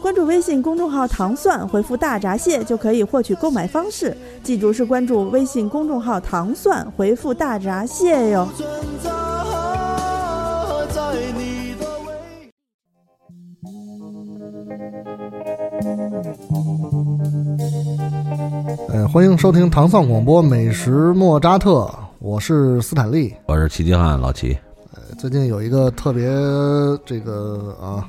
关注微信公众号“糖蒜”，回复“大闸蟹”就可以获取购买方式。记住是关注微信公众号“糖蒜”，回复“大闸蟹”哟。存在在你的胃。呃，欢迎收听糖蒜广播美食莫扎特，我是斯坦利。我是齐齐汉老齐，最近有一个特别这个啊，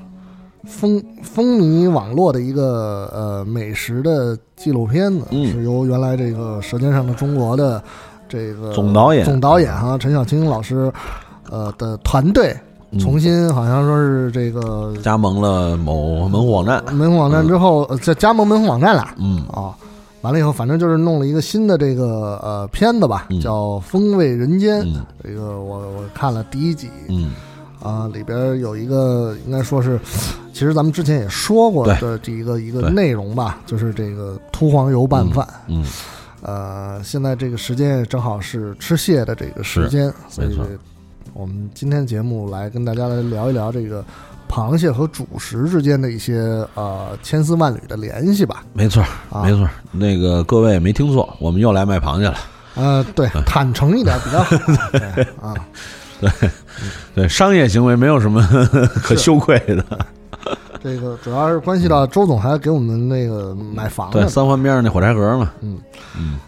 风风靡网络的一个呃美食的纪录片呢，嗯是由原来这个《舌尖上的中国》的这个总导演总导演哈陈小青老师呃的团队嗯重新好像说是这个加盟了某门户网站。门户网站之后，呃加、加盟门户网站了嗯，啊。完了以后，反正就是弄了一个新的这个呃片子吧，嗯叫《风味人间》。嗯这个我我看了第一集，嗯，啊，里边儿有一个应该说是，其实咱们之前也说过对的这一个一个对内容吧，就是这个秃黄油拌饭。嗯，呃，现在这个时间也正好是吃蟹的这个时间，所没以错我们今天节目来跟大家来聊一聊这个螃蟹和主食之间的一些呃千丝万缕的联系吧。没错，啊，没错。那个各位没听错，我们又来卖螃蟹了。呃，对，坦诚一点比较 好。对啊，对，商业行为没有什 么可羞愧的。这个主要是关系到周总还给我们那个买房子对，呢。三环边上那火柴盒嘛。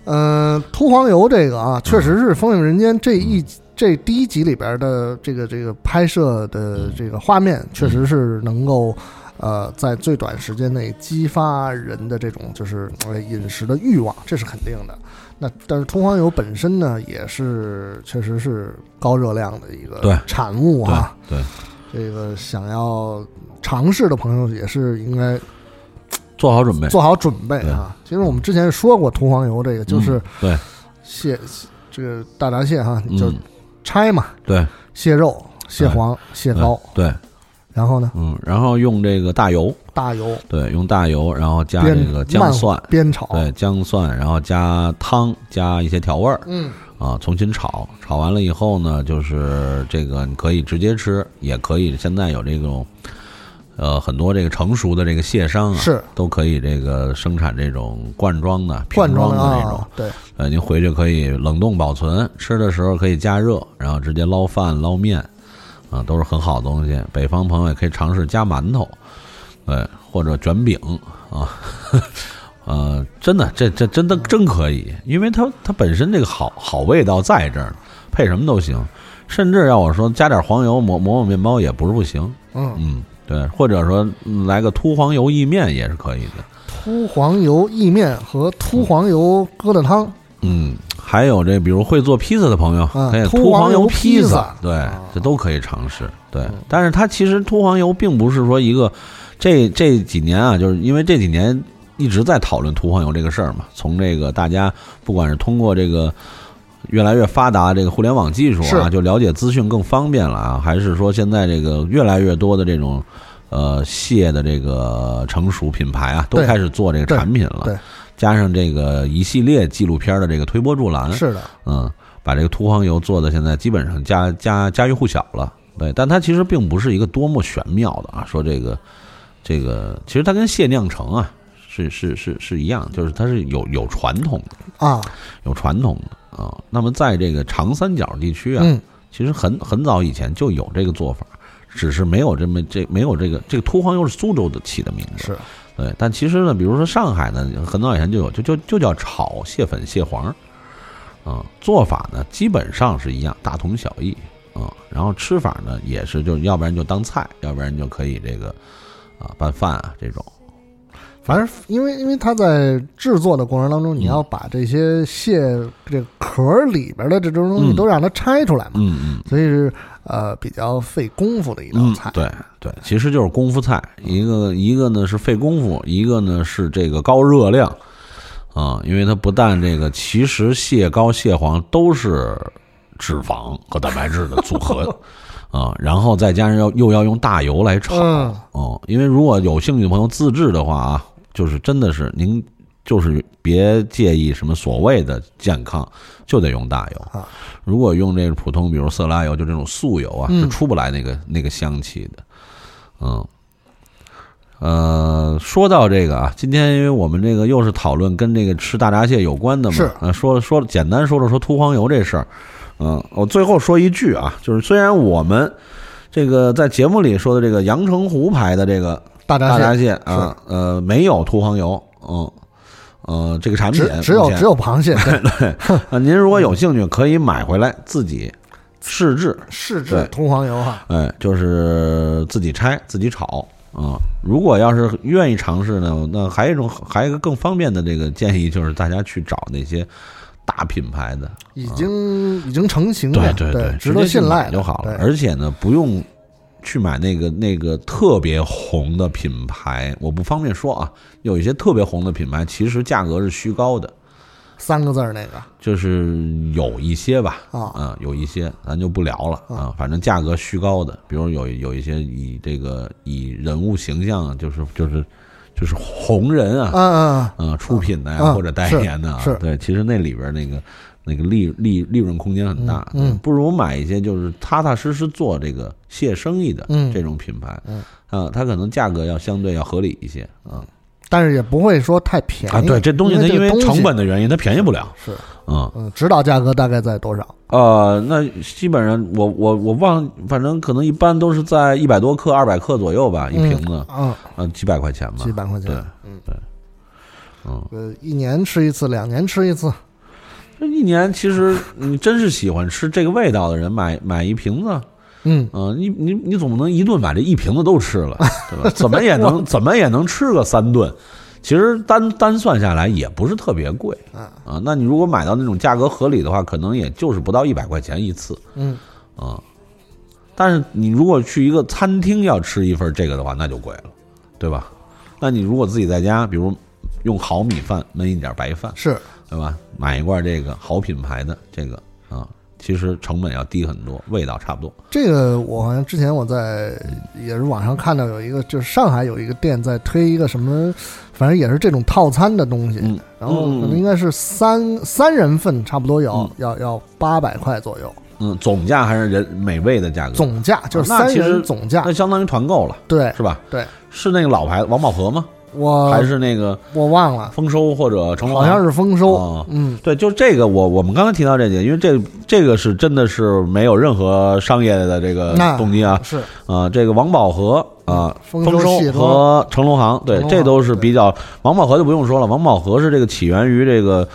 嗯，秃黄油这个啊，确实是《风影人间》这一、这第一集里边的这个这个拍摄的这个画面，确实是能够呃在最短时间内激发人的这种就是呃饮食的欲望，这是肯定的。那但是秃黄油本身呢，也是确实是高热量的一对个产物啊。对对这个想要尝试的朋友也是应该做好准备。做好准备啊。其实我们之前说过秃黄油这个，就是、嗯对蟹，这个大闸蟹哈，嗯哎就拆嘛，对蟹肉、蟹黄、蟹膏，对，然后呢，嗯，然后用这个大油，大油对，用大油，然后加煸这个姜蒜，煸炒，对，姜蒜，然后加汤，加一些调味儿嗯，啊，重新炒。炒完了以后呢，就是这个你可以直接吃，也可以现在有这种，呃，很多这个成熟的这个蟹商啊，是都可以这个生产这种罐装的、瓶罐装的那种啊，，对，呃，您回去可以冷冻保存，吃的时候可以加热，然后直接捞饭捞面，啊，都是很好的东西。北方朋友也可以尝试加馒头，对，或者卷饼啊， 呃，真的，这这真的真可以，因为它它本身这个好好味道在这儿，配什么都行，甚至要我说加点黄油抹抹抹面包也不是不行，嗯，嗯，对，或者说嗯来个秃黄油意面也是可以的。秃黄油意面和秃黄油疙瘩汤，嗯，还有这，比如会做披萨的朋友，嗯可以秃秃黄黄油披披萨对啊，这都可以尝试。对，但是它其实秃黄油并不是说一个，这这几年啊，就是因为这几年一直在讨论秃黄油这个事儿嘛，从这个大家不管是通过这个。越来越发达，这个互联网技术啊，是就了解资讯更方便了啊，还是说现在这个越来越多的这种，呃，蟹的这个成熟品牌啊，都对开始做这个对产品了。对加上这个一系列纪录片的这个推波助澜，是的，嗯，把这个秃黄油做的现在基本上家家家喻户晓了。对，但它其实并不是一个多么玄妙的啊，说这个这个，其实它跟蟹酿成啊是是是是一样，就是它是有有传统的，啊，有传统的啊。那么在这个长三角地区啊，嗯，其实很很早以前就有这个做法，只是没有这么这没有这个这个秃黄油是苏州的起的名字，是对，但其实呢，比如说上海呢，很早以前就有，就就就叫炒蟹粉、蟹黄，啊、做法呢基本上是一样，大同小异，啊、然后吃法呢也是，就是要不然就当菜，要不然就可以这个啊拌饭啊这种，反正因为因为它在制作的过程当中，你嗯要把这些蟹这壳儿里边的这种东西嗯都让它拆出来嘛，嗯嗯。所以是呃比较费功夫的一道嗯菜，，对对，其实就是功夫菜，一个一个呢是费功夫，一个呢是这个高热量，啊、啊，因为它不但这个，其实蟹膏、蟹黄都是脂肪和蛋白质的组合啊，然后再加上要又要用大油来炒嗯哦，因为如果有兴趣的朋友自制的话啊，就是真的是您就是别介意什么所谓的健康，就得用大油啊。如果用这个普通，比如色拉油，就这种素油啊，嗯是出不来那个那个香气的。嗯，呃，说到这个啊，今天因为我们这个又是讨论跟这个吃大闸蟹有关的嘛，是呃、说了说了简单说了说秃黄油这事儿。嗯，我最后说一句啊，就是虽然我们这个在节目里说的这个阳澄湖牌的这个大大闸闸蟹蟹啊，呃，没有秃黄油，嗯，呃，这个产品只只有目前只有螃 蟹对啊，您如果有兴趣，可以买回来自己试制，是对指通黄油啊哈，哎，就是自己拆自己炒啊。如果要是愿意尝试呢，那还有一种还有一个更方便的这个建议，就是大家去找那些大品牌的，已经已经成型的，对值得信赖的就好了。对而且呢，不用去买那个那个特别红的品牌，我不方便说啊。有一些特别红的品牌，其实价格是虚高的，三个字儿那个就是有一些吧，啊，嗯，有一些咱就不聊了啊，反正价格虚高的，比如有有一些以这个以人物形象啊，就是就是就是红人啊，嗯嗯嗯，出品的呀、嗯或者代言的、啊是是对，其实那里边那个那个利利利润空间很大，嗯嗯对不如买一些就是踏踏实实做这个蟹生意的嗯这种品牌，嗯啊，它可能价格要相对要合理一些啊但是也不会说太便宜啊，对，这东西它因因为为这个东西成本的原因，它便宜不了，是嗯。嗯，指导价格大概在多少？呃，那基本上我我我忘，反正可能一般都是在一百多克、二百克左右吧，一嗯瓶子，嗯，呃，几百块钱吧几。百块钱对，，嗯对，嗯，呃，一年吃一次，两年吃一次，这一年其实你真是喜欢吃这个味道的人，买买一瓶子，嗯，嗯、你你你总不能一顿把这一瓶子都吃了，对吧？怎么也 能怎么也能吃个三顿。其实单单算下来也不是特别贵啊啊，那你如果买到那种价格合理的话，可能也就是不到一百块钱一次。嗯，啊、但是你如果去一个餐厅要吃一份这个的话，那就贵了，对吧？那你如果自己在家，比如用好米饭焖一点白饭，是对吧？买一罐这个好品牌的这个啊，其实成本要低很多，味道差不多。这个，我好像之前我在也是网上看到有一个，就是上海有一个店在推一个什么，反正也是这种套餐的东西，嗯然后嗯可能应该是三三人份，差不多有、嗯要要八百块左右，嗯，总价还是人美味的价格，总价就是啊那三其实人总价那，相当于团购了，对是吧？对，是那个老牌王宝和吗？我还是那个我忘了，丰收或者成龙？呃好像是丰收，哦嗯，对，就这个，我我们刚才提到这点，因为这这个是真的是没有任何商业的这个那动机啊是啊、这个王宝和啊、丰丰收收系和成龙行，对成，龙行这都是比较王宝和就不用说了，王宝和是这个起源于这个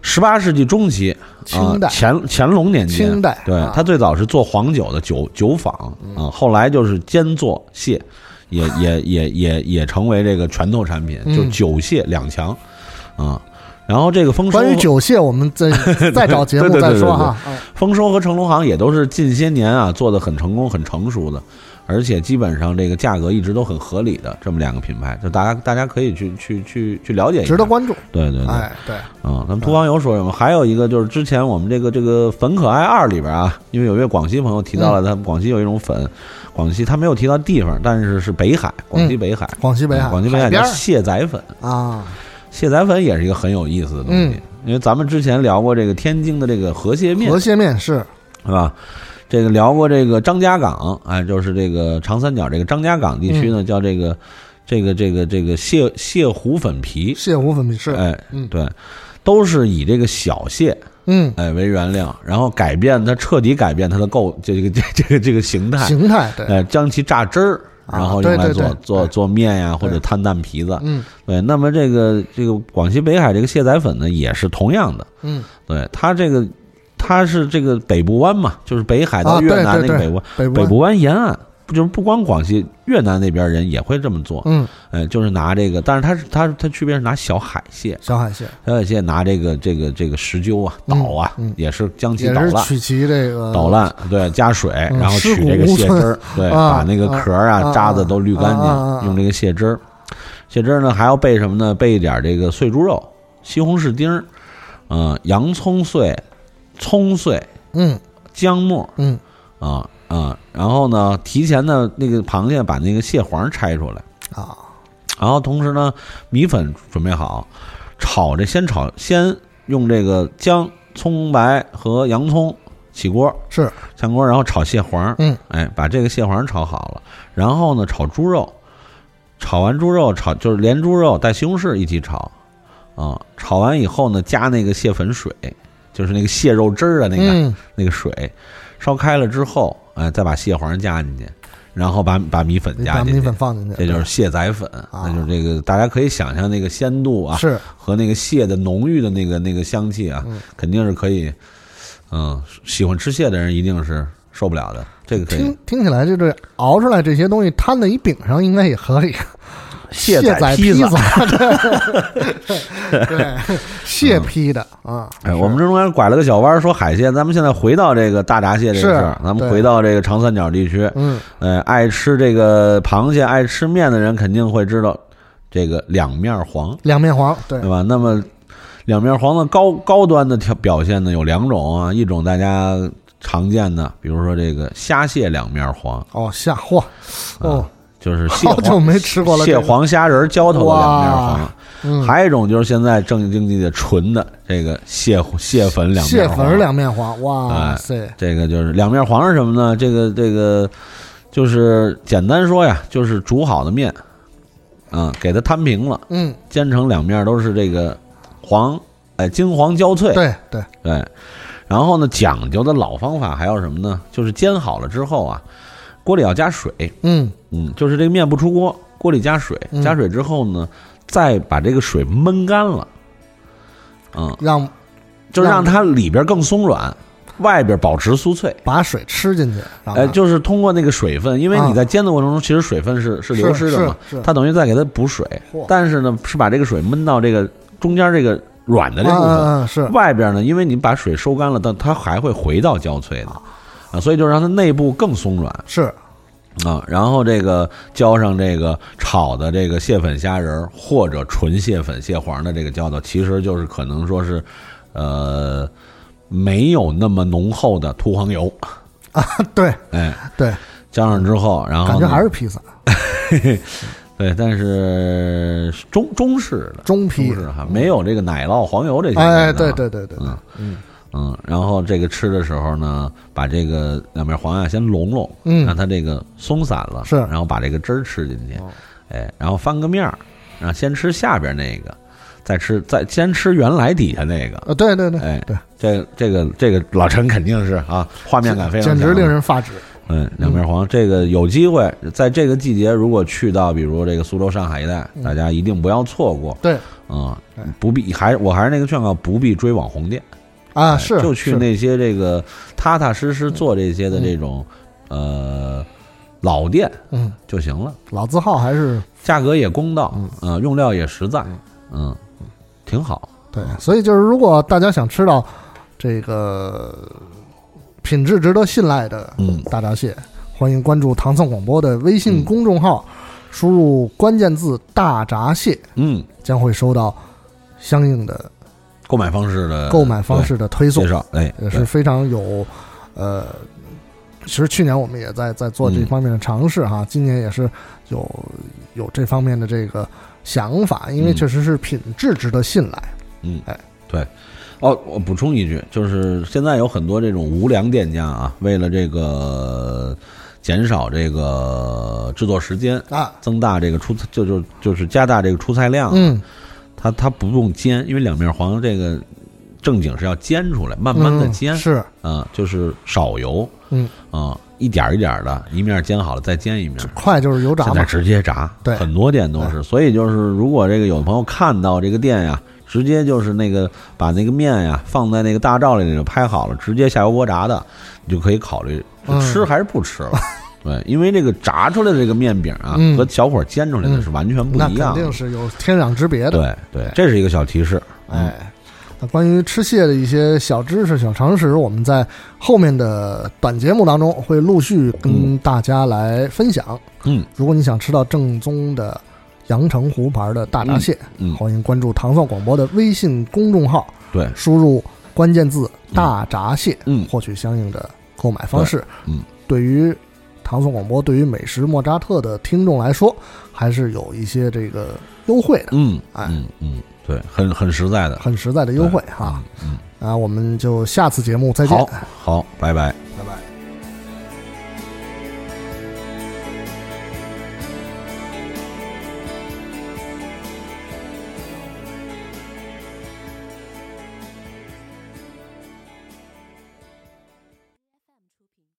十八世纪中期啊、清代乾乾隆年间，清代对、啊嗯他最早是做黄酒的酒酒坊啊、后来就是兼做蟹，也也也也也成为这个拳头产品，嗯就酒蟹两强啊、然后这个丰收关于酒蟹，我们 再再找节目对对对再说哈。嗯丰收和成龙行也都是近些年啊做的很成功、很成熟的，而且基本上这个价格一直都很合理的这么两个品牌，就大家大家可以去去去去了解一下，值得关注，对对对，哎，对，哎嗯，咱们屠方油说什么？还有一个就是之前我们这个这个粉可爱二里边啊，因为有一位广西朋友提嗯到了，他们广西有一种粉，广西他没有提到地方，但是是北海，广西北海，广西北海，嗯广西北海海边叫儿蟹仔粉，啊，蟹仔粉也是一个很有意思的东西，因为咱们之前聊过这个天津的这个河蟹嗯面，河蟹面是是吧？这个聊过这个张家港，哎，就是这个长三角这个张家港地嗯区呢，叫这个这个这个这个蟹蟹糊粉皮，蟹糊粉皮是，哎，嗯对，都是以这个小蟹嗯，哎为原料，然后改变它，彻底改变它的构这个这这个这个形态，形态对，哎，将其榨汁儿，啊然后用对来对做对做对做面呀，或者对摊蛋皮子，嗯对。那么这个这个广西北海这个蟹仔粉呢，也是同样的，嗯，对它这个，它是这个北部湾嘛，就是北海到啊越对南对那个对北部湾，北部北湾，部湾沿岸，不就是不光广西，越南那边人也会这么做，嗯，呃，就是拿这个，但是它是它它区别是拿小海蟹，小海蟹小海蟹拿这个这个这个石臼啊、嗯捣啊，嗯也是将其也捣是烂。取其这个捣烂，对，加水，嗯然后取尸骨这个无蟹汁存儿，对，啊把那个壳儿啊啊、啊渣子都滤干啊啊啊净，用这个蟹汁儿。蟹汁儿呢还要备什么呢？备一点这个碎猪肉西红柿丁儿，嗯、洋葱碎、葱碎、嗯姜末嗯啊啊、然后呢，提前呢那个螃蟹把那个蟹黄拆出来，啊，然后同时呢，米粉准备好，炒这先炒先用这个姜、葱白和洋葱起锅，是下锅，然后炒蟹黄，嗯，哎，把这个蟹黄炒好了，然后呢炒猪肉，炒完猪肉炒就是连猪肉带西红柿一起炒，啊，炒完以后呢加那个蟹粉水，就是那个蟹肉汁儿啊那个、嗯那个水，烧开了之后，哎，再把蟹黄加进去，然后把把米粉你加把进米去，粉放进去，这就是蟹仔粉，啊那就是这个大家可以想象那个鲜度啊，是和那个蟹的浓郁的那个那个香气啊，嗯肯定是可以，嗯，喜欢吃蟹的人一定是受不了的，这个可以听。听起来就这熬出来这些东西摊在一饼上应该也合理，蟹仔披萨，萨，对对，蟹披的啊，哎，是我们中间拐了个小弯儿说海蟹，咱们现在回到这个大闸蟹这个事儿是，咱们对回到这个长三角地区，嗯呃，爱吃这个螃蟹、爱吃面的人肯定会知道这个两面黄，两面黄，对对，吧？那么两面黄的高高端的条表现呢有两种啊，一种大家常见的，比如说这个虾蟹两面黄，哦下嚯，哦就是蟹好久黄、没吃过了，蟹这个，黄虾仁儿浇头的两面哇黄，嗯还有一种就是现在正经经济的纯的这个蟹蟹粉两蟹面粉黄。两面黄，哇哎塞，这个就是两面黄是什么呢？这个这个就是简单说呀，就是煮好的面，啊，给它摊平了，嗯，煎成两面都是这个黄，哎，金黄焦脆。对对，对，哎然后呢，讲究的老方法还有什么呢？就是煎好了之后啊，锅里要加水，嗯嗯，就是这个面不出锅，锅里加水，嗯加水之后呢，再把这个水焖干了，嗯，让就让让它里边更松软，外边保持酥脆。把水吃进去，然后哎，就是通过那个水分，因为你在煎的过程中，其实水分是是流失的嘛，啊是是是它等于在给它补水嚯，但是呢，是把这个水焖到这个中间这个软的这部分，嗯嗯是外边呢，因为你把水收干了，但它还会回到焦脆的，啊，所以就让它内部更松软是 啊。然后这个浇上这个炒的这个蟹粉虾仁儿或者纯蟹粉蟹黄的这个浇头，其实就是可能说是，呃，没有那么浓厚的秃黄油，对哎，对，浇上之后，然后感觉呢还是披萨对，但是中中式的中披啊中，式哈，没有这个奶酪黄油这些东西啊。哎对对对对对嗯，嗯嗯，然后这个吃的时候呢，把这个两面黄啊先拢拢，让嗯它这个松散了，是然后把这个汁儿吃进去哦，哎，然后翻个面儿，然后先吃下边那个，再吃再先吃原来底下那 个，呃对对对，哎对，这这个这个老陈肯定是啊，画面感非常简强，直令人发指，嗯，两面黄，这个有机会在这个季节，如果去到比如这个苏州、上海一带，嗯大家一定不要错过，对嗯对，不必还我还是那个劝告，不必追网红店。啊哎是就去是那些这个踏踏实实做这些的嗯这种呃老店嗯就行了，老字号还是价格也公道，嗯呃，用料也实在嗯，嗯，挺好。对，所以就是如果大家想吃到这个品质值得信赖的嗯大闸蟹，欢迎关注唐宋广播的微信公众号，输入关键字“大闸蟹嗯，”，将会收到相应的购买方式的购买方式的推呃对送介，绍，哎，也对是非常有呃。其实去年我们也在在做这嗯方面的尝试哈，今年也是有有这方面的这个想法，因为嗯确实是品质值得信赖。哦，我补充一句，就是现在有很多这种无良店家啊，为了这个减少这个制作时间。啊，增大这个出就就就是加大这个出菜量啊，嗯，它它不用煎，因为两面黄这个正经是要煎出来，慢慢的嗯煎啊、是就是少油，嗯啊、一点儿一点儿的，一面煎好了再煎一面，快就是油炸现在嘛，直接炸，对很多店都是，所以就是如果这个有朋友看到这个店呀，直接就是那个把那个面呀放在那个大罩里就拍好了，直接下油锅炸的，你就可以考虑是嗯吃还是不吃了。对，因为这个炸出来的这个面饼啊，嗯和小火煎出来的是完全不那一样肯的。定是有天壤之别的。对对，这是一个小提示。嗯哎，那关于吃蟹的一些小知识、小常识，我们在后面的短节目当中会陆续跟大家来分享。嗯，如果你想吃到正宗的阳澄湖牌的大闸蟹。嗯，欢迎关注糖蒜广播的微信公众号，对，输入关键字“大闸蟹”，嗯获取相应的购买方式。对嗯，对于唐宋广播，对于美食莫扎特的听众来说，还是有一些这个优惠的，嗯，哎嗯嗯，对，很很实在的很实在的优惠哈。嗯，嗯啊，我们就下次节目再见好。，好，拜拜。